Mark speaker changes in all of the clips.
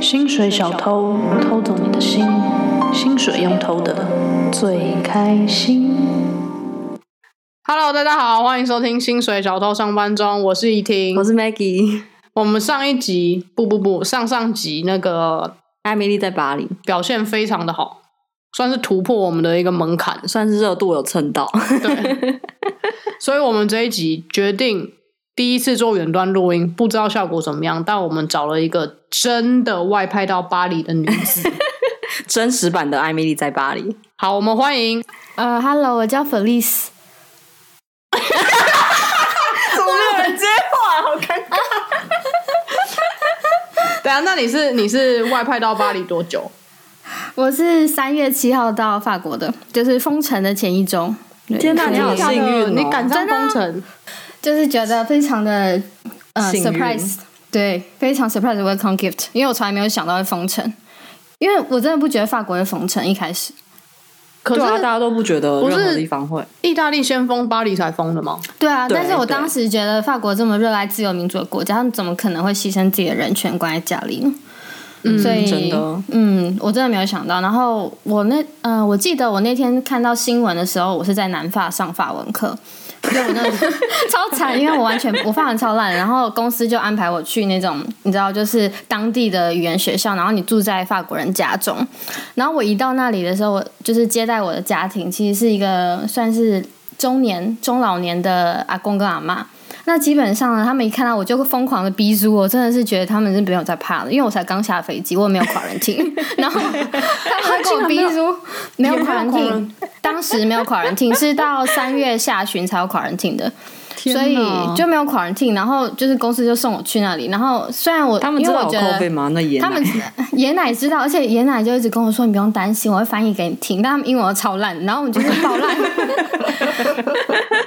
Speaker 1: 薪水小偷偷走你的心，薪水用偷的最开心。
Speaker 2: Hello，大家好，欢迎收听《薪水小偷上班中》，我是怡婷
Speaker 3: 我。是 Maggie，
Speaker 2: 我们上一集不不不，上上集那个
Speaker 3: 艾米丽在巴黎，。
Speaker 2: 表现非常的好，算是突破我们的一个门槛
Speaker 3: 算是热度有蹭到。
Speaker 2: 对，所以我们这一集决定第一次做远端录音，不知道效果怎么样，但我们找了一个真的外派到巴黎的女 子。
Speaker 3: 真实版的艾米丽在巴黎，
Speaker 2: 好，我们欢迎
Speaker 4: 呃，Hello，我叫 Felice。
Speaker 2: 对啊，那你是你是外派到巴黎多久？
Speaker 4: 我是三月七号到法国的，就是封城的前一周。对
Speaker 3: 天哪
Speaker 4: 所以
Speaker 3: 你好幸运哦
Speaker 2: 你赶上
Speaker 4: 真的啊
Speaker 2: 封城，
Speaker 4: 就是觉得非常的呃
Speaker 3: 幸运
Speaker 4: surprise，对，非常 surprise 的 welcome gift，因为我从来没有想到会封城，因为我真的不觉得法国会封城一开始。
Speaker 2: 可
Speaker 3: 对啊，
Speaker 2: 是
Speaker 3: 大家都不觉得
Speaker 2: 不是
Speaker 3: 任何地方会。
Speaker 2: 意大利先封，巴黎才封的吗？
Speaker 4: 对啊，
Speaker 3: 对
Speaker 4: 但是我
Speaker 3: 对
Speaker 4: 当时觉得法国这么热爱自由民主的国家，他们怎么可能会牺牲自己的人权关在家里呢？所以
Speaker 3: 真的
Speaker 4: 嗯，我真的没有想到。然后我那，呃，我记得我那天看到新闻的时候，我是在南法上法文课，因为我那 超惨，因为我完全我法文超烂。然后公司就安排我去那种，你知道，就是当地的语言学校，然后你住在法国人家中。然后我一到那里的时候，我就是接待我的家庭，其实是一个算是中年、中老年的阿公跟阿妈。那基本上呢，他们一看到我就会疯狂的逼租，我真的是觉得他们是没有在怕的，因为我才刚下飞机，我也没有 quarantine，然后他们就跟我逼租，没有 quarantine，当时没有 quarantine，是到三月下旬才有 quarantine 的，所以就没有 quarantine，然后就是公司就送我去那里，然后虽然我
Speaker 3: 他们
Speaker 4: 因
Speaker 3: 知
Speaker 4: 为
Speaker 3: 道
Speaker 4: 我
Speaker 3: 有
Speaker 4: 觉得
Speaker 3: 扣费吗？那也
Speaker 4: 他们 爷奶知道，而且爷奶就一直跟我说：“你不用担心，我会翻译给你听。”但他们英文都超烂，然后我们就是爆烂，所
Speaker 3: 超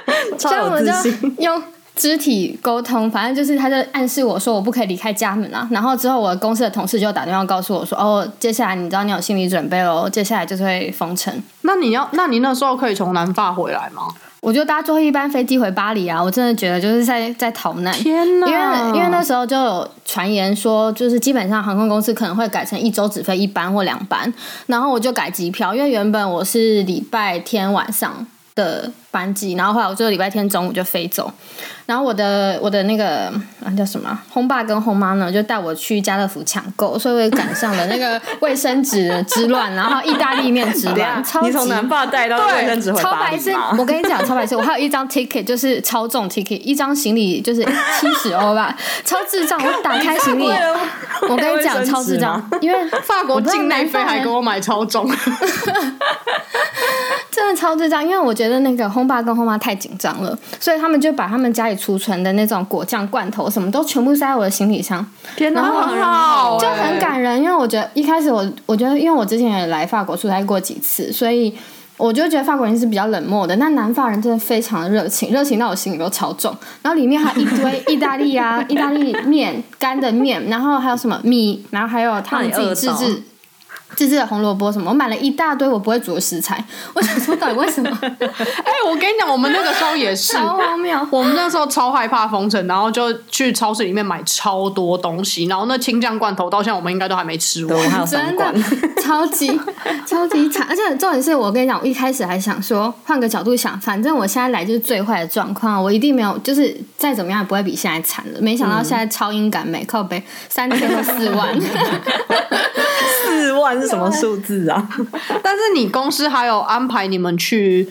Speaker 4: 以我
Speaker 3: 有
Speaker 4: 们
Speaker 3: 自
Speaker 4: 就
Speaker 3: 信。
Speaker 4: 用肢体沟通。反正就是他就暗示我说我不可以离开家门啊。然后之后我的公司的同事就打电话告诉我说：“哦，接下来你知道你有心理准备喽，接下来就是会封城。”
Speaker 2: 那你要，那你那时候可以从南法回来吗？
Speaker 4: 我就搭最后一班飞机回巴黎啊！我真的觉得就是在在逃难，
Speaker 2: 天哪
Speaker 4: 因为因为那时候就有传言说，就是基本上航空公司可能会改成一周只飞一班或两班，然后我就改机票，因为原本我是礼拜天晚上的班机，然后后来我就礼拜天中午就飞走，然后我的我的那个 啊叫什么啊轰爸跟轰妈呢，就带我去家乐福抢购，所以我也赶上了那个卫生纸之乱，然后意大利 面之乱，超
Speaker 3: 啊你
Speaker 4: 级
Speaker 3: 从南法带到卫生纸回
Speaker 4: 超
Speaker 3: 巴
Speaker 4: 白
Speaker 3: 黎
Speaker 4: 痴！
Speaker 3: 吗
Speaker 4: 我跟你 讲，超白痴！我还有一张 ticket，就是超重 ticket，一张行李就是七十欧 吧，超智障！ 我打开行李，我跟你讲，超智障，因为
Speaker 2: 法国
Speaker 4: 我不知道
Speaker 2: 境内
Speaker 4: 南
Speaker 2: 飞
Speaker 4: 法
Speaker 2: 还
Speaker 4: 人
Speaker 2: 给我买超重，
Speaker 4: 真的超智障，因为我觉得那个轰爸跟轰妈太紧张了，所以他们就把他们家里储存的那种果酱罐头什么都全部塞在我的行李箱，
Speaker 3: 天 哪，
Speaker 4: 然后
Speaker 3: 很好
Speaker 4: 就
Speaker 3: 欸
Speaker 4: 很感人。因为我觉得一开始我我觉得，因为我之前也来法国出差过几次，所以我就觉得法国人是比较冷漠的。那南法人真的非常的热情，热情到我心里都超重。然后里面还有一堆意大利啊， 意大利面干的面，然后还有什么米，然后还有他们自己自
Speaker 3: 让你饿
Speaker 4: 制。自制的红萝卜什么，我买了一大堆我不会煮的食材，我想说到底为什么？
Speaker 2: 哎、我跟你讲，我们那个时候也是，
Speaker 4: 超荒谬！
Speaker 2: 我们那时候超害怕封城，然后就去超市里面买超多东西，然后那青酱罐头到现在我们应该都还没吃
Speaker 3: 对，
Speaker 2: 完。
Speaker 3: 我还有三
Speaker 4: 真
Speaker 3: 罐。
Speaker 4: 的超级超级惨，而且重点是我跟你讲，我一开始还想说换个角度想，反正我现在来就是最坏的状况，我一定没有，就是再怎么样也不会比现在惨了。没想到现在超英赶美，靠北三千都四万，
Speaker 3: 四万是什么数字啊？
Speaker 2: 但是你公司还有安排你们去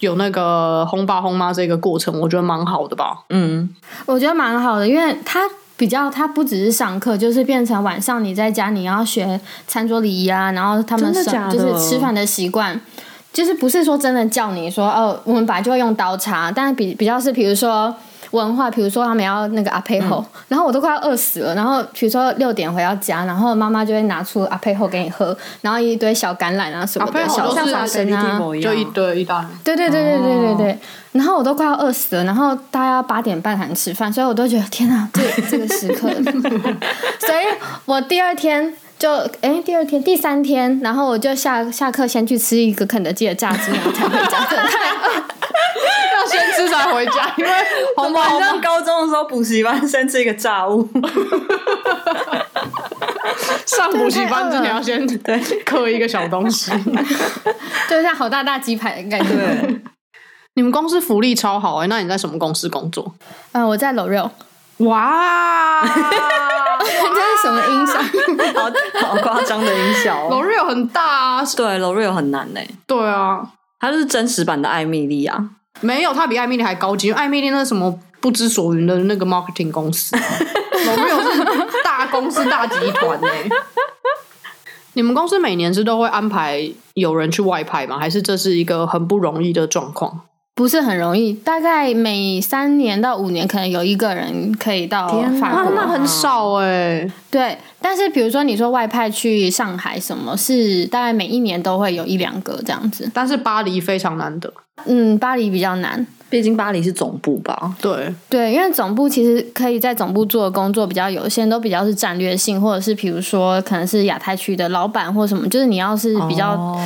Speaker 2: 有那个轰爸轰妈这个过程，我觉得蛮好的吧？
Speaker 3: 嗯，
Speaker 4: 我觉得蛮好的，因为他。比较，他不只是上课，就是变成晚上你在家你要学餐桌礼仪啊，然后他们
Speaker 3: 真的
Speaker 4: 生
Speaker 3: 假的
Speaker 4: 就是吃饭的习惯，就是不是说真的叫你说哦，我们本来就会用刀叉，但是比比较是比如说文化，比如说他们要那个阿佩后，
Speaker 2: 嗯
Speaker 4: 然后我都快要饿死了，然后比如说六点回到家，然后妈妈就会拿出阿佩后给你喝，然后一堆小橄榄啊什么的，
Speaker 2: Aperol
Speaker 4: 小
Speaker 2: 哦都
Speaker 4: 像
Speaker 2: 是
Speaker 4: 花生啊，
Speaker 2: 就一
Speaker 3: 一
Speaker 2: 堆一大
Speaker 4: 对对对对对对对。然后我都快要饿死了，然后大家八点半才能吃饭，所以我都觉得 天哪，这这个时刻。所以我第二天就哎，第二天第三天，然后我就下下课先去吃一个肯德基的炸鸡，然后才回家。真的太饿了
Speaker 2: 要先吃才回家，因为
Speaker 3: 我
Speaker 2: 轰
Speaker 3: 们
Speaker 2: 爸
Speaker 3: 好
Speaker 2: 轰
Speaker 3: 像
Speaker 2: 妈
Speaker 3: 高中的时候补习班先吃一个炸物，
Speaker 2: 上上补习班之前要 先
Speaker 3: 对
Speaker 2: 刻一个小东西。
Speaker 4: 就像好大大鸡排的感 觉。
Speaker 3: 对，
Speaker 2: 你们公司福利超好哎、那你在什么公司工作？
Speaker 4: 嗯，我在搂肉，
Speaker 2: 哇，
Speaker 4: 这是什么 音响？
Speaker 3: 好好夸张的音效
Speaker 2: 楼
Speaker 3: 哦。
Speaker 2: 瑞很大啊，
Speaker 3: 对，罗瑞有很难呢，
Speaker 2: 对啊，
Speaker 3: 它就是真实版的艾米莉啊。
Speaker 2: 没有，它比艾米丽还高级，因为艾米丽那是什么不知所云的那个 marketing 公 司，楼瑞是大公司大集团哎、 你们公司每年是都会安排有人去外派吗？还是这是一个很不容易的状况？
Speaker 4: 不是很容易，大概每三年到五年，可能有一个人可以到
Speaker 3: 天哪
Speaker 4: 法
Speaker 2: 啊
Speaker 4: 国。，
Speaker 2: 那很少哎、
Speaker 4: 对，但是比如说你说外派去上海，什么是大概每一年都会有一两个这样子。
Speaker 2: 但是巴黎非常难得，
Speaker 4: 嗯，巴黎比较难，
Speaker 3: 毕竟巴黎是总部吧，
Speaker 2: 对，
Speaker 4: 对，因为总部其实可以在总部做的工作比较有限，都比较是战略性，或者是比如说可能是亚太区的老板或什么，就是你要是比较
Speaker 3: 哦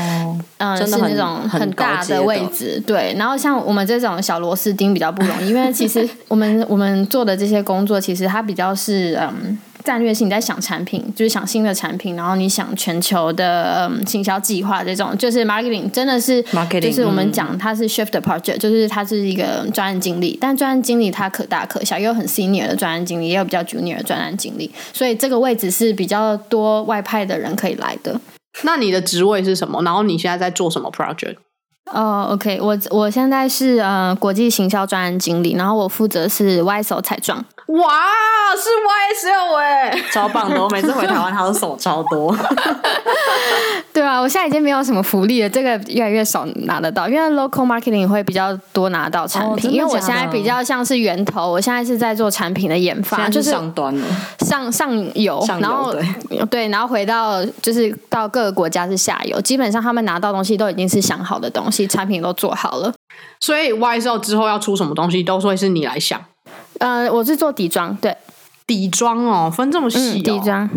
Speaker 4: 嗯，
Speaker 3: 真
Speaker 4: 是
Speaker 3: 的
Speaker 4: 那
Speaker 3: 很
Speaker 4: 种
Speaker 3: 很
Speaker 4: 很
Speaker 3: 高
Speaker 4: 大
Speaker 3: 阶
Speaker 4: 的位
Speaker 3: 的
Speaker 4: 置，对。然后像我们这种小螺丝钉比较不容易，因为其实我们我们做的这些工作，其实它比较是嗯战略性，你在想产品，就是想新的产品，然后你想全球的嗯行销计划这种，就是 marketing 真的是
Speaker 3: Marketing，
Speaker 4: 就是我们
Speaker 3: 嗯
Speaker 4: 讲它是 shift project，就是它是一个专案经理，但专案经理它可大可小，也有很 senior 的专案经理，也有比较 junior 的专案经理，所以这个位置是比较多外派的人可以来的。
Speaker 2: 那你的职位是什么？然后你现在在做什么 project？
Speaker 4: 哦、o k 我我现在是呃国际行销专案经理，然后我负责是 YSO 彩妆，
Speaker 2: 哇，是 YSL 哎、
Speaker 3: 超棒的。我每次回台湾，他都送我超 多。
Speaker 4: 对啊，我现在已经没有什么福利了，这个越来越少拿得到，因为 local marketing 会比较多拿到产
Speaker 3: 哦
Speaker 4: 品，
Speaker 3: 真的
Speaker 4: 因为我
Speaker 3: 假
Speaker 4: 现在
Speaker 3: 的
Speaker 4: 比较像是源头，我现在是在做产品的研
Speaker 3: 现
Speaker 4: 发，
Speaker 3: 在
Speaker 4: 就是是
Speaker 3: 上端了，
Speaker 4: 上上游，
Speaker 3: 上游
Speaker 4: 然后对，然后回到就是到各个国家是下游，基本上他们拿到东西都已经是想好的东西，产品都做好了。
Speaker 2: 所以 YSL 之后要出什么东西，都会是你来想。
Speaker 4: 呃，我是做底妆，对，
Speaker 2: 底妆哦，分这么细、哦
Speaker 4: 嗯，底，妆，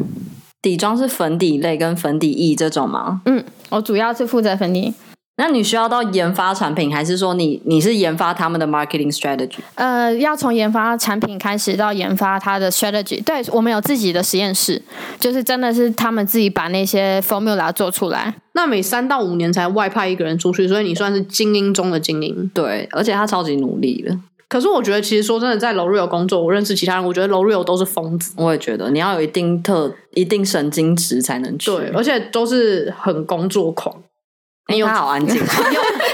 Speaker 3: 底妆是粉底类跟粉底液这种吗？
Speaker 4: 嗯，我主要是负责粉底液。
Speaker 3: 那你需要到研发产品，还是说你你是研发他们的 marketing strategy？
Speaker 4: 呃，要从研发产品开始到研发它的 strategy，对我们有自己的实验室，就是真的是他们自己把那些 formula 做出来。
Speaker 2: 那每三到五年才外派一个人出去，所以你算是精英中的精英。
Speaker 3: 对，而且他超级努力的，
Speaker 2: 可是我觉得，其实说真的，在 l o r e a 工作，我认识其他人，我觉得 l o r e a 都是疯子，
Speaker 3: 我也觉得你要有一定特一定神经质才能去。
Speaker 2: 对，而且都是很工作狂。
Speaker 3: 因哎为他好安 静，
Speaker 2: 你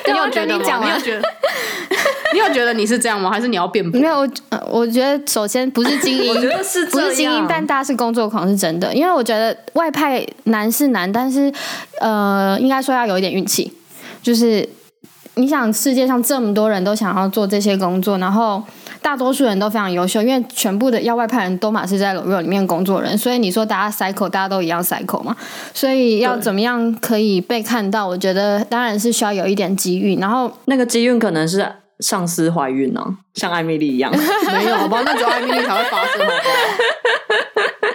Speaker 4: 对啊
Speaker 2: 有
Speaker 4: 我
Speaker 2: 觉
Speaker 4: 跟
Speaker 2: 得
Speaker 4: 你讲
Speaker 2: 吗？你有
Speaker 4: 完，
Speaker 2: 觉得？你有觉得你是这样吗？还是你 要辩驳？
Speaker 4: 没有我、呃我觉得首先不是精英，
Speaker 3: 我觉得是
Speaker 4: 不
Speaker 3: 这
Speaker 4: 是精英
Speaker 3: 样，
Speaker 4: 但大家是工作狂是真的，因为我觉得外派难是难，但是呃，应该说要有一点运气，就是你想世界上这么多人都想要做这些工作，然后大多数人都非常优秀，因为全部的要外派人都嘛是在 l o 里面工作人，所以你说大家 cycle，大家都一样 cycle 嘛，所以要怎么样可以被看到，我觉得当然是需要有一点机遇，然后
Speaker 3: 那个机运可能是上司怀孕啊呢、像艾米丽 一样。
Speaker 2: 没有，好吧，那只有艾米丽才会发生，好不好？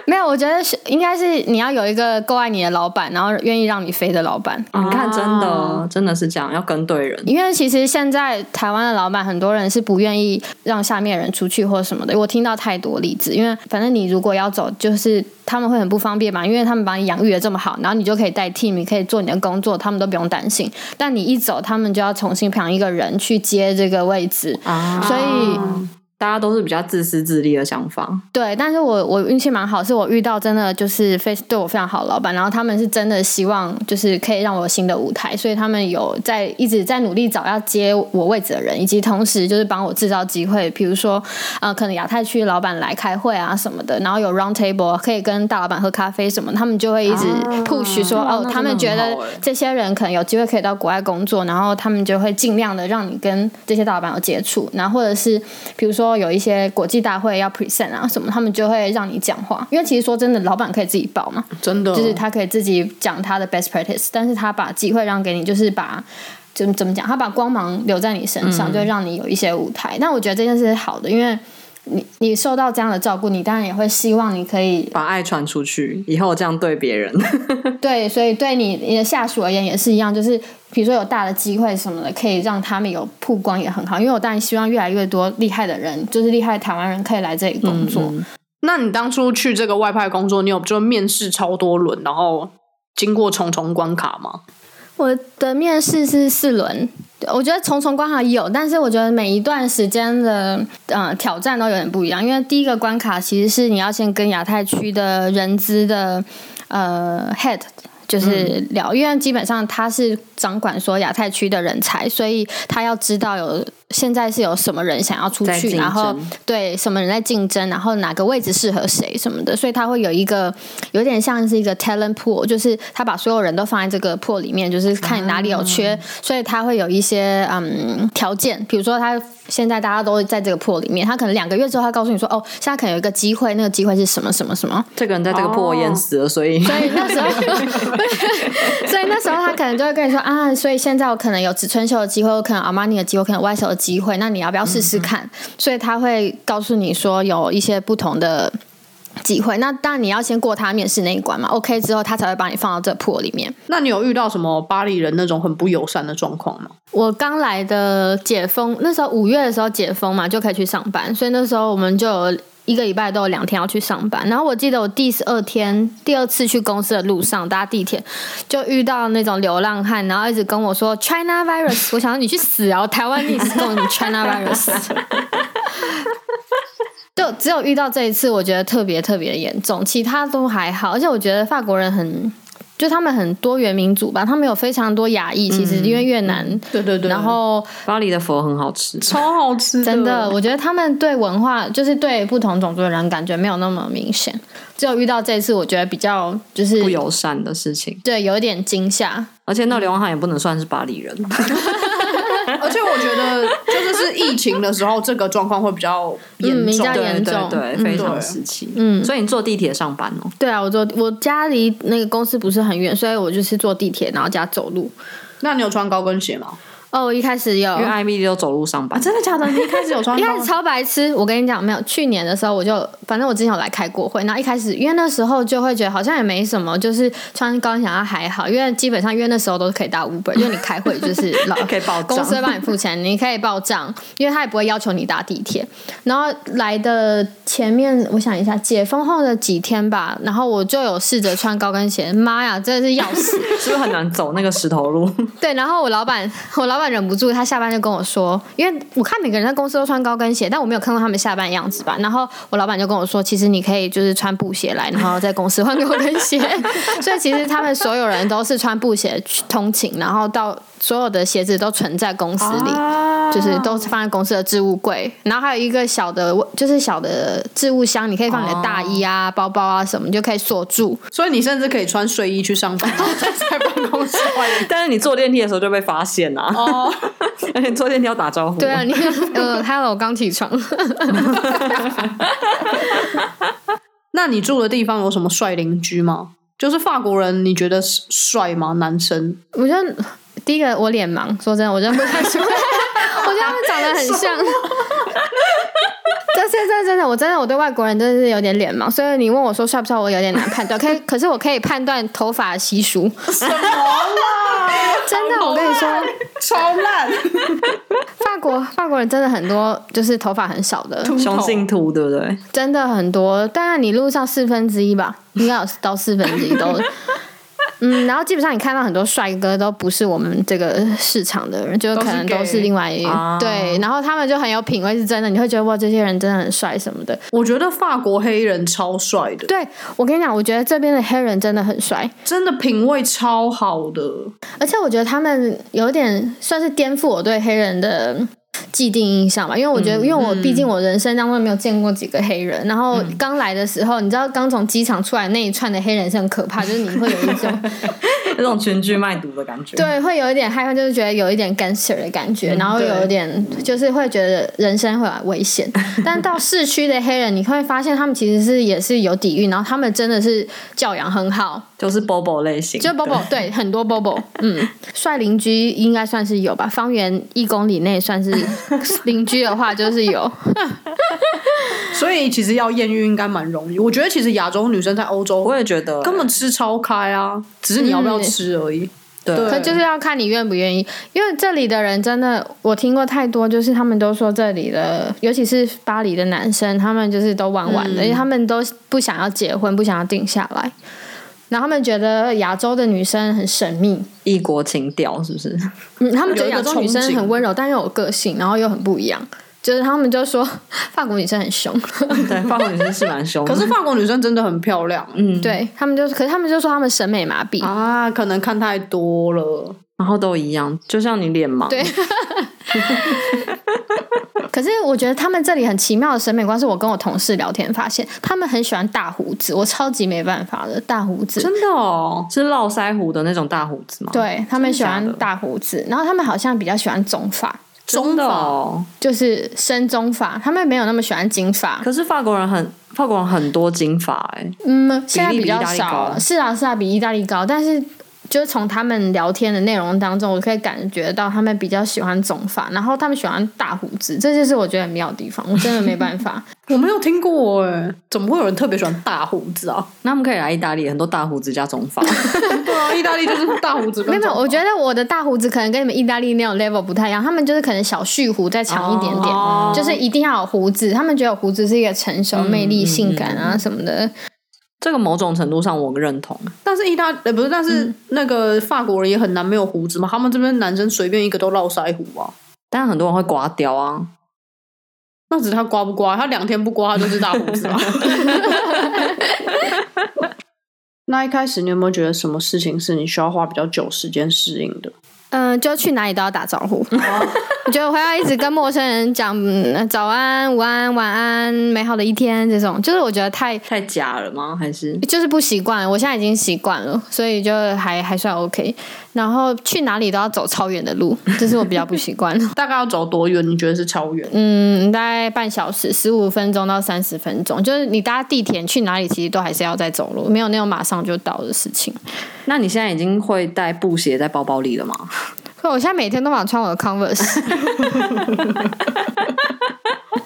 Speaker 4: 没有，我觉得是应该是你要有一个够爱你的老板，然后愿意让你飞的老板。
Speaker 3: 你看，真的、
Speaker 2: 啊
Speaker 3: 真的是这样，要跟对人。
Speaker 4: 因为其实现在台湾的老板很多人是不愿意让下面人出去或什么的，我听到太多例子。因为反正你如果要走，就是他们会很不方便嘛，因为他们把你养育的这么好，然后你就可以代替，你可以做你的工作，他们都不用担心。但你一走，他们就要重新培养一个人去接这个位置。
Speaker 3: 啊
Speaker 4: 所以
Speaker 3: 大家都是比较自私自利的想法，
Speaker 4: 对，但是我我运气蛮好，是我遇到真的就是非对我非常好的老板，然后他们是真的希望就是可以让我有新的舞台，所以他们有在一直在努力找要接我位置的人，以及同时就是帮我制造机会，比如说呃，可能亚太区老板来开会啊什么的，然后有 round table 可以跟大老板喝咖啡什么，他们就会一直 push 说、
Speaker 3: 啊哇
Speaker 4: 哦
Speaker 3: 那，
Speaker 4: 他们
Speaker 3: 真
Speaker 4: 觉
Speaker 3: 的很
Speaker 4: 得
Speaker 3: 好欸
Speaker 4: 这些人可能有机会可以到国外工作，然后他们就会尽量的让你跟这些大老板有接触，然后或者是比如说有一些国际大会要 present 啊什么，他们就会让你讲话，因为其实说真的，老板可以自己报嘛，
Speaker 2: 真的，
Speaker 4: 就是他可以自己讲他的 best practice，但是他把机会让给你，就是把就怎么讲，他把光芒留在你身上，就让你有一些舞台。但我觉得这件事是好的，因为你你受到这样的照顾，你当然也会希望你可以
Speaker 3: 把爱传出去，以后这样对别人。
Speaker 4: 对，所以对你你的下属而言也是一样，就是比如说有大的机会什么的，可以让他们有曝光也很好。因为我当然希望越来越多厉害的人，就是厉害的台湾人可以来这里工作。
Speaker 2: 那你当初去这个外派工作，你有就面试超多轮，然后经过重重关卡吗？
Speaker 4: 我的面试是四轮，我觉得重重关卡有，但是我觉得每一段时间的呃挑战都有点不一样，因为第一个关卡其实是你要先跟亚太区的人资的呃 head。就是
Speaker 3: 嗯
Speaker 4: 聊，因为基本上他是掌管说亚太区的人才，所以他要知道有现在是有什么人想要出
Speaker 3: 在竞
Speaker 4: 去，
Speaker 3: 争
Speaker 4: 然后对什么人在竞争，然后哪个位置适合谁什么的，所以他会有一个有点像是一个 talent pool，就是他把所有人都放在这个 pool 里面，就是看哪里有缺，所以他会有一些嗯条件，比如说他现在大家都在这个 pool 里面，他可能两个月之后他告诉你说哦，现在可能有一个机会，那个机会是什么什么什么，
Speaker 3: 这个人在这个破淹死了，所以
Speaker 4: 所以那时候， 所以那时候他可能就会跟你说啊，所以现在我可能有植村秀的机会，我可能阿玛尼的机会，我可能外售的机会，那你要不要试试看？所以他会告诉你说有一些不同的。机会，那当然你要先过他面试那一关嘛，OK 之后他才会把你放到这破里面。
Speaker 2: 那你有遇到什么巴黎人那种很不友善的状况吗？
Speaker 4: 我刚来的解封，那时候五月的时候解封嘛，就可以去上班，所以那时候我们就有一个礼拜都有两天要去上班。然后我记得我第十二天第二次去公司的路上搭地铁，就遇到那种流浪汉，然后一直跟我说 China virus，我想说你去死啊！台湾你是跟我 China virus。就只有遇到这一次，我觉得特别特别严重，其他都还好。而且我觉得法国人很，就他们很多元民族吧，他们有非常多亚裔。其实因为越南，
Speaker 2: 对对对，
Speaker 4: 然后
Speaker 3: 巴黎的佛很好吃，
Speaker 2: 超好吃的，
Speaker 4: 真的，我觉得他们对文化，就是对不同种族的人，感觉没有那么明显。只有遇到这一次，我觉得比较就是
Speaker 3: 不友善的事情。
Speaker 4: 对有一点惊吓。
Speaker 3: 而且那流浪汉也不能算是巴黎人，
Speaker 2: 而且我觉得就是是疫情的时候，这个状况会比较严
Speaker 4: 嗯
Speaker 2: 重，
Speaker 4: 比较
Speaker 3: 对
Speaker 4: 严
Speaker 3: 对
Speaker 4: 重
Speaker 3: 对，
Speaker 4: 嗯
Speaker 3: 非常时期。嗯，所以你坐地铁上班哦，
Speaker 4: 对啊，我坐我家离那个公司不是很远，所以我就是坐地铁，然后加走路。
Speaker 2: 那你有穿高跟鞋吗？
Speaker 4: 哦，我一开始有
Speaker 3: 因为艾米丽都走路上
Speaker 2: 啊
Speaker 4: 啊
Speaker 3: 班，真的假的？
Speaker 2: 你一开始有穿
Speaker 4: 一
Speaker 2: 高
Speaker 4: 开始超白痴，我跟你讲，没有。去年的时候，我就反正我之前有来开过会，然后一开始因为那时候就会觉得好像也没什么，就是穿高跟鞋好像还好，因为基本上因为那时候都是可以搭 Uber，因为你开会就是 老
Speaker 3: 可以报账
Speaker 4: 公司会帮你付钱，你可以报账，因为他也不会要求你搭地铁。然后来的前面，我想一下，解封后的几天吧，然后我就有试着穿高跟鞋，妈呀，真的是要死。
Speaker 3: 是不是很难走那个石头路？
Speaker 4: 对，然后我老板，我老板忍不住，他下班就跟我说，因为我看每个人在公司都穿高跟鞋，但我没有看过他们下班的样子吧。然后我老板就跟我说，其实你可以就是穿布鞋来，然后在公司换高跟鞋。 所以其实他们所有人都是穿布鞋去通勤，然后到所有的鞋子都存在公司里。就是都是放在公司的置物柜，然后还有一个小的，就是小的置物箱，你可以放你的大衣啊、包包啊什么，你就可以锁住。
Speaker 2: 所以你甚至可以穿睡衣去上班， 然后在办公室外面。
Speaker 3: 但是你坐电梯的时候就被发现啊，
Speaker 2: 哦，
Speaker 3: 而且坐电梯要打招呼。
Speaker 4: 对啊，你 呃，Hello，我刚起床。
Speaker 2: 那你住的地方有什么帅邻居吗？就是法国人，你觉得是帅吗？男生
Speaker 4: 我觉得第一个我脸盲，说真的，我认不太出来。我觉得他们长得很像。但是真的真的，我真的我对外国人真的是有点脸盲，所以你问我说帅不帅，我有点难判断。可以，可是我可以判断头发稀疏。
Speaker 2: 什么啦？
Speaker 4: 真的，我跟你说，
Speaker 2: 超烂，
Speaker 4: 法国法国人真的很多，就是头发很少的，
Speaker 3: 雄性秃，对不对？
Speaker 4: 真的很多。当然，你路上四分之一 吧，应该有到四分之一都。嗯，然后基本上你看到很多帅哥都不是我们这个市场的人，就可能
Speaker 2: 都是 gay
Speaker 4: 都是另外一
Speaker 3: 啊
Speaker 4: 对，然后他们就很有品味，是真的，你会觉得哇，这些人真的很帅什么的。
Speaker 2: 我觉得法国黑人超帅的，
Speaker 4: 对我跟你讲，我觉得这边的黑人真的很帅，
Speaker 2: 真的品味超好的。
Speaker 4: 而且我觉得他们有点算是颠覆我对黑人的既定印象吧，因为我觉得，因为我毕竟我人生当中没有见过几个黑人，然后刚来的时候，你知道刚从机场出来那一串的黑人是很可怕，就是你会有一种
Speaker 3: 那种群居卖毒的感觉。，
Speaker 4: 对，会有一点害怕，就是觉得有一点 gangster 的感觉，然后有一点就是会觉得人生会有危险。 但到市区的黑人，你会发现他们其实是也是有底蕴，然后他们真的是教养很好，
Speaker 3: 就是 Bobo 类型，
Speaker 4: 就 Bobo 对很多 Bobo，嗯，帅邻居应该算是有吧，方圆一公里内算是 邻居的话就是有。
Speaker 2: 所以其实要艳遇应该蛮容易。我觉得其实亚洲女生在欧洲
Speaker 3: 我也觉得
Speaker 2: 根本吃超开啊，只是你要不要吃而已。
Speaker 3: 对
Speaker 2: 对
Speaker 4: 可就是要看你愿不愿意，因为这里的人真的，我听过太多，就是他们都说这里的，尤其是巴黎的男生，他们就是都玩玩的，
Speaker 2: 嗯
Speaker 4: 因为他们都不想要结婚，不想要定下来，然后他们觉得亚洲的女生很神秘，
Speaker 3: 异国情调是不是？
Speaker 4: 嗯，他们觉
Speaker 2: 有
Speaker 4: 得
Speaker 2: 一
Speaker 4: 亚
Speaker 2: 个
Speaker 4: 洲女生
Speaker 2: 憧憬
Speaker 4: 很温柔，但又有个性，然后又很不一样，就是他们就说法国女生很凶，
Speaker 3: 对，法国女生是蛮凶的，
Speaker 2: 可是法国女生真的很漂亮，嗯
Speaker 4: 对他们就，可是他们就说他们审美麻痹，
Speaker 2: 啊，可能看太多了。
Speaker 3: 然后都一样，就像你脸盲，
Speaker 4: 对可是我觉得他们这里很奇妙的审美观，是我跟我同事聊天发现，他们很喜欢大胡子，我超级没办法的大胡子。
Speaker 2: 真的哦，
Speaker 3: 是络腮胡的那种大胡子吗？，
Speaker 4: 对他们喜
Speaker 3: 真
Speaker 4: 欢
Speaker 3: 的假的
Speaker 4: 大胡子，然后他们好像比较喜欢棕发，
Speaker 3: 中的哦。
Speaker 4: 就是深棕发，他们没有那么喜欢金发。
Speaker 3: 可是法国人很法国人很多金发哎、
Speaker 4: 嗯，现在
Speaker 3: 比例比
Speaker 4: 较
Speaker 3: 意大利
Speaker 4: 少了。
Speaker 3: 高
Speaker 4: 是啊，是啊，比意大利高，但是。就是从他们聊天的内容当中，我可以感觉到他们比较喜欢棕发，然后他们喜欢大胡子，这就是我觉得很妙的地方。我真的没办法，
Speaker 2: 我没有听过哎，怎么会有人特别喜欢大胡子啊？
Speaker 3: 那我们可以来意大利，很多大胡子加中发，
Speaker 2: 对啊，意大利就是大胡子跟
Speaker 4: 没有，没有，
Speaker 2: 长发
Speaker 4: 我觉得我的大胡子可能跟你们意大利那种 level 不太一样，他们就是可能小蓄胡再 长一点点，
Speaker 2: 哦
Speaker 4: 就是一定要有胡子，他们觉得有胡子是一个成熟、魅力、性感啊什么的。
Speaker 3: 这个某种程度上我认同。啊
Speaker 2: 但是意大呃不是，但是那个法国人也很难没有胡子嘛，他们这边男生随便一个都络腮胡啊。
Speaker 3: 但很多人会刮掉啊，
Speaker 2: 那只是他刮不刮，他两天不刮，他就是大胡子嘛。 那一开始你有没有觉得什么事情是你需要花比较久时间适应的？
Speaker 4: 嗯、就去哪里都要打招 呼。我觉得我要一直跟陌生人讲、嗯、早安、午安、晚安、美好的一天这种，就是我觉得太
Speaker 3: 太假了吗？还是
Speaker 4: 就是不习惯，我现在已经习惯了，所以就还还算 OK。然后去哪里都要走超远的路，这是我比较不习惯。
Speaker 2: 大概要走多远？你觉得是超远？
Speaker 4: 嗯，大概半小时，十五分钟到三十分钟，就是你搭地铁去哪里，其实都还是要再走路，没有那种马上就到的事情。
Speaker 3: 那你现在已经会带布鞋在包包里了吗？
Speaker 4: 所以我现在每天都想穿我的 Converse，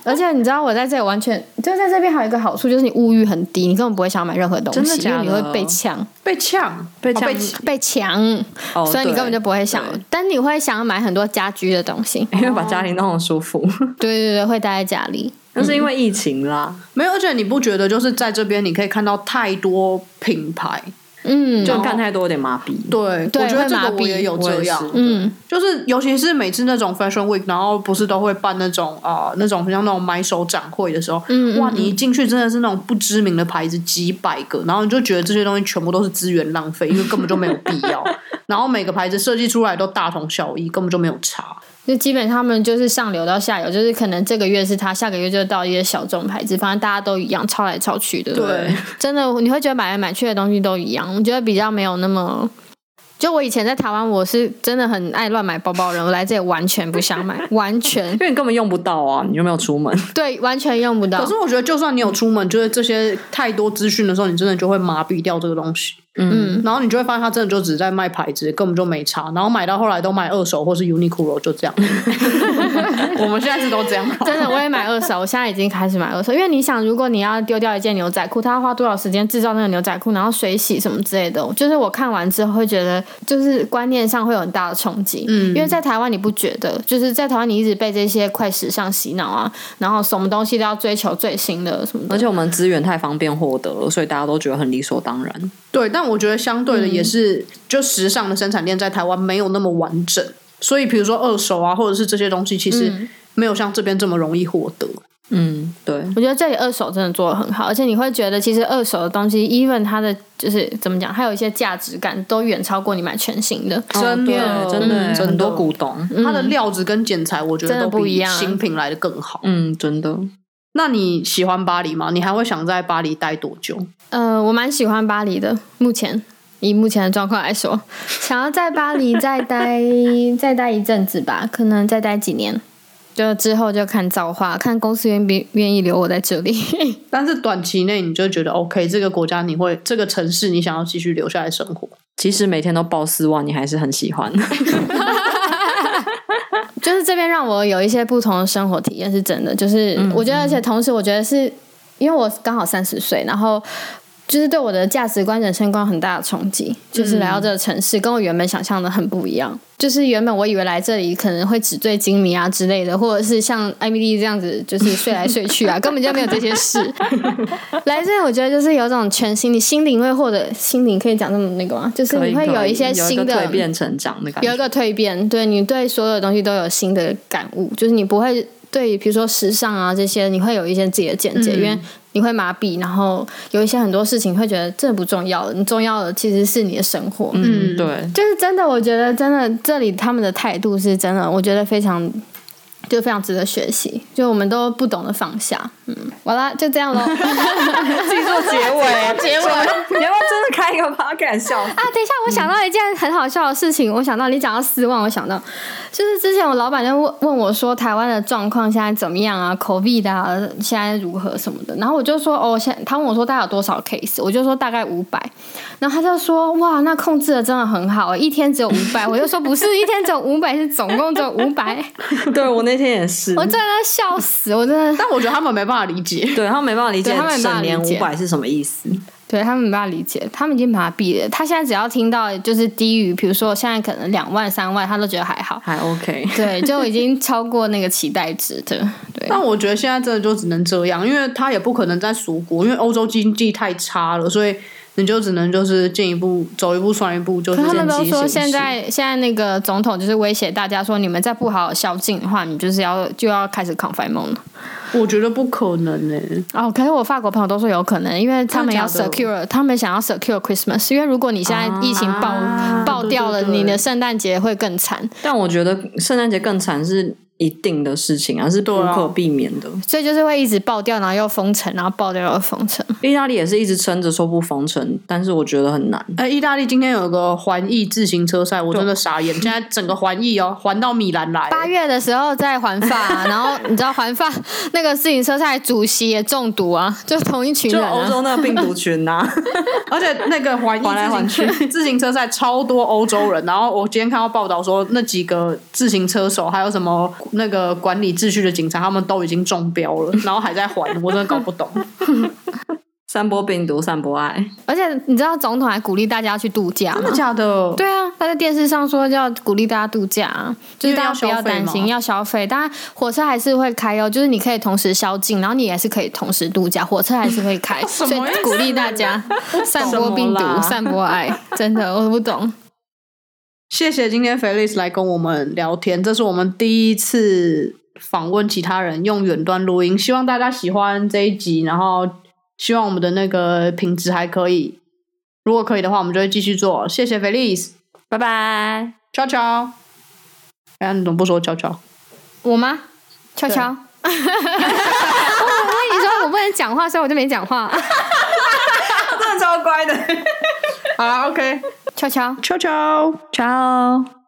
Speaker 4: 而且你知道我在这里完全，就在这边还有一个好处，就是你物欲很低，你根本不会想买任何东西，
Speaker 3: 真的假的
Speaker 4: 因为你会被抢，
Speaker 2: 被呛，
Speaker 3: 被
Speaker 2: 哦
Speaker 3: 呛
Speaker 4: 被抢，
Speaker 3: 哦，
Speaker 4: 所以你根本就不会想
Speaker 3: 对，
Speaker 4: 但你会想买很多家居的东西。
Speaker 3: 因为把家里弄得舒服，
Speaker 4: 对对对，会待在家里。
Speaker 3: 那是因为疫情啦。
Speaker 2: 没有，而且你不觉得就是在这边你可以看到太多品牌？
Speaker 4: 嗯，
Speaker 3: 就看太多有点麻痹。
Speaker 2: 对，
Speaker 4: 对
Speaker 2: 我觉得这
Speaker 4: 会麻
Speaker 2: 个
Speaker 4: 痹
Speaker 2: 我也有这样
Speaker 3: 我也。是
Speaker 4: 嗯，
Speaker 2: 就是尤其是每次那种 Fashion Week，然后不是都会办那种啊、呃那种像那种买手展会的时候，
Speaker 4: 嗯嗯
Speaker 2: 哇，你一进去真的是那种不知名的牌子几百个，然后你就觉得这些东西全部都是资源浪费，因为根本就没有必 要。然后每个牌子设计出来都大同小异，根本就没有差。
Speaker 4: 就基本他们就是上流到下游，就是可能这个月是他，下个月就到一些小众牌子，反正大家都一样，抄来抄去的。
Speaker 2: 对，
Speaker 4: 真的你会觉得买来买去的东西都一样，我觉得比较没有那么。就我以前在台湾，我是真的很爱乱买包包的人，我来这里完全不想买， 完全
Speaker 3: 因为你根本用不到啊，你又没有出门，
Speaker 4: 对，完全用不到。
Speaker 2: 可是我觉得，就算你有出门，就是这些太多资讯的时候，你真的就会麻痹掉这个东西。
Speaker 4: 嗯，
Speaker 2: 然后你就会发现，他真的就只是在卖牌子，根本就没差。然后买到后来都买二手或是 Uniqlo，就这 样。我们现在是都这样。
Speaker 4: 真的我也买二手，我现在已经开始买二手，因为你想，如果你要丢掉一件牛仔裤，它要花多少时间制造那个牛仔裤，然后水洗什么之类的，就是我看完之后会觉得，就是观念上会有很大的冲击。
Speaker 2: 嗯
Speaker 4: 因为在台湾你不觉得，就是在台湾你一直被这些快时尚洗脑啊，然后什么东西都要追求最新的什么的
Speaker 3: 而。且我们资源太方便获得了，所以大家都觉得很理所当然。
Speaker 2: 对，但我觉得相对的
Speaker 4: 嗯
Speaker 2: 也是，就时尚的生产链在台湾没有那么完整，所以比如说二手啊，或者是这些东西，其
Speaker 4: 嗯
Speaker 2: 实没有像这边这么容易获得。
Speaker 3: 嗯，对，
Speaker 4: 我觉得这里二手真的做的很好，而且你会觉得其实二手的东西，even 它的就是怎么讲，它有一些价值感都远超过你买全新的。
Speaker 2: 真的
Speaker 3: 哦对真的，
Speaker 2: 嗯真的
Speaker 3: 很多古董，
Speaker 2: 它的料子跟剪裁，我觉
Speaker 4: 嗯真
Speaker 2: 得
Speaker 4: 的
Speaker 2: 都
Speaker 4: 不一
Speaker 2: 比
Speaker 4: 样
Speaker 2: 新品来的更好。
Speaker 3: 嗯，真的。
Speaker 2: 那你喜欢巴黎吗？你还会想在巴黎待多久？
Speaker 4: 呃，我蛮喜欢巴黎的，目前以目前的状况来说， 想要在巴黎再待 再待一阵子吧，可能再待几年，就之后就看造化，看公司愿不愿意留我在这里。
Speaker 2: 但是短期内你就觉得 OK，这个国家你会，这个城市你想要继续留下来生活。
Speaker 3: 即使每天都报四万，你还是很喜欢。
Speaker 4: 就是这边让我有一些不同的生活体验，
Speaker 3: 嗯
Speaker 4: 嗯是真的。就是我觉得，而且同时我觉得是因为我刚好三十岁，然后。就是对我的价值观、人生观很大的冲击。就是来到这个城市，跟我原本想象的很不一样。就是原本我以为来这里可能会纸醉金迷啊之类的，或者是像艾米丽这样子，就是睡来睡去啊，根本就没有这些 事。来这里我觉得就是有种全新，你心灵会获得心灵可以讲这么那个吗？就是
Speaker 3: 可以
Speaker 4: 你会
Speaker 3: 可
Speaker 4: 有
Speaker 3: 以
Speaker 4: 一些
Speaker 3: 有个
Speaker 4: 新的
Speaker 3: 蜕变成长的感
Speaker 4: 有一
Speaker 3: 觉。
Speaker 4: 个蜕变，对你对所有东西都有新的感悟，就是你不会对比如说时尚啊这些，你会有一些自己的见解，因为你会麻痹，然后有一些很多事情会觉得这不重要了，你重要的其实是你的生活。嗯，
Speaker 3: 嗯， 对，
Speaker 4: 就是真的，我觉得真的这里他们的态度是真的，我觉得非常。就非常值得学习，就我们都不懂得放下，嗯，完了就这样喽。
Speaker 3: 记住 结尾，
Speaker 4: 结尾
Speaker 3: 你要不要真的开一个 podcast 笑死？
Speaker 4: 啊，等一下，我想到一件很好笑的事情，我想到你讲到失望，我想到就是之前我老板就问问我说台湾的状况现在怎么样啊，COVID 啊，现在如何什么的，然后我就说哦，现他问我说大概有多少 case，我就说大概五百，然后他就说哇，那控制的真的很好，欸一天只有五百，我就说不是一天只有五百，是总共只有五百，
Speaker 3: 对我那天也是，
Speaker 4: 我真的笑死，我真的
Speaker 2: 但我觉得他们没办法理解。
Speaker 3: 对他们没办法理解
Speaker 4: 对他们没办
Speaker 3: 整
Speaker 4: 法
Speaker 3: 年
Speaker 4: 理解
Speaker 3: 五百是什么意思。
Speaker 4: 对他们没办法理解，他们已经麻痹了，他现在只要听到就是低于，比如说现在可能两万三万，他都觉得还好。
Speaker 3: 还 OK，
Speaker 4: 对，就已经超过那个期待值的。对，
Speaker 2: 但我觉得现在真的就只能这样，因为他也不可能在蜀国，因为欧洲经济太差了，所以你就只能就是进一步走一步算一步，就是
Speaker 4: 他们
Speaker 3: 见
Speaker 4: 都
Speaker 3: 机
Speaker 4: 说
Speaker 3: 行
Speaker 4: 现
Speaker 3: 事
Speaker 4: 在现在那个总统就是威胁大家说，你们再不好好宵禁的话，你就是要就要开始 confinement 了。
Speaker 2: 我觉得不可能呢、欸
Speaker 4: 哦，可是我法国朋友都说有可能，因为他们要
Speaker 3: 真的假
Speaker 4: secure，他们想要 secure Christmas，因为如果你现在疫情爆、
Speaker 3: 啊
Speaker 4: 爆掉了，
Speaker 2: 对对对
Speaker 4: 你的圣诞节会更惨。
Speaker 3: 但我觉得圣诞节更惨是一定的事情啊，是无
Speaker 2: 啊
Speaker 3: 可避免的。
Speaker 4: 所以就是会一直爆掉，然后又封城，然后爆掉又封城。
Speaker 3: 意大利也是一直撑着说不封城，但是我觉得很难。
Speaker 2: 哎、意大利今天有个环意自行车赛，我真的傻眼，现在整个环意哦，环到米兰来、
Speaker 4: 八月的时候在环法、然后你知道环法 那个自行车赛主席也中毒啊，就同一群
Speaker 3: 就
Speaker 4: 人、
Speaker 3: 欧
Speaker 4: 啊。
Speaker 3: 洲那个病毒群呐、啊，
Speaker 2: 而且那个环意
Speaker 3: 环来环
Speaker 2: 自行车 自行车赛超多欧洲人，然后我今天看到报道说，那几个自行车手还有什么那个管理秩序的警察，他们都已经中标了，然后还在还，我真的搞不懂。
Speaker 3: 散播病毒，散播爱。
Speaker 4: 而且你知道总统还鼓励大家去度假吗？
Speaker 2: 真的假的？
Speaker 4: 对啊，他在电视上说要鼓励大家度假啊，就是大家不要担
Speaker 2: 因
Speaker 4: 心
Speaker 2: 为
Speaker 4: 要消费。当然，火车还是会开哦，就是你可以同时宵禁，然后你也是可以同时度假，火车还是会开，所以
Speaker 2: 意思
Speaker 4: 鼓励大家散播病
Speaker 3: 什么
Speaker 4: 毒、
Speaker 3: 啦
Speaker 4: 散播爱。真的，我不懂。
Speaker 2: 谢谢今天 Felix 来跟我们聊天，这是我们第一次访问其他人用远端录音，希望大家喜欢这一集，然后希望我们的那个品质还可以。如果可以的话，我们就会继续做。谢谢 Felix，
Speaker 3: 拜拜。
Speaker 2: 悄悄。哎呀，你怎么不说悄悄？
Speaker 4: 我吗？悄悄。 我跟你说，我不能讲话，所以我就没讲话。
Speaker 3: 真的超乖的。
Speaker 2: 好啦 o k
Speaker 4: 悄悄。
Speaker 2: 悄悄。
Speaker 3: Ciao。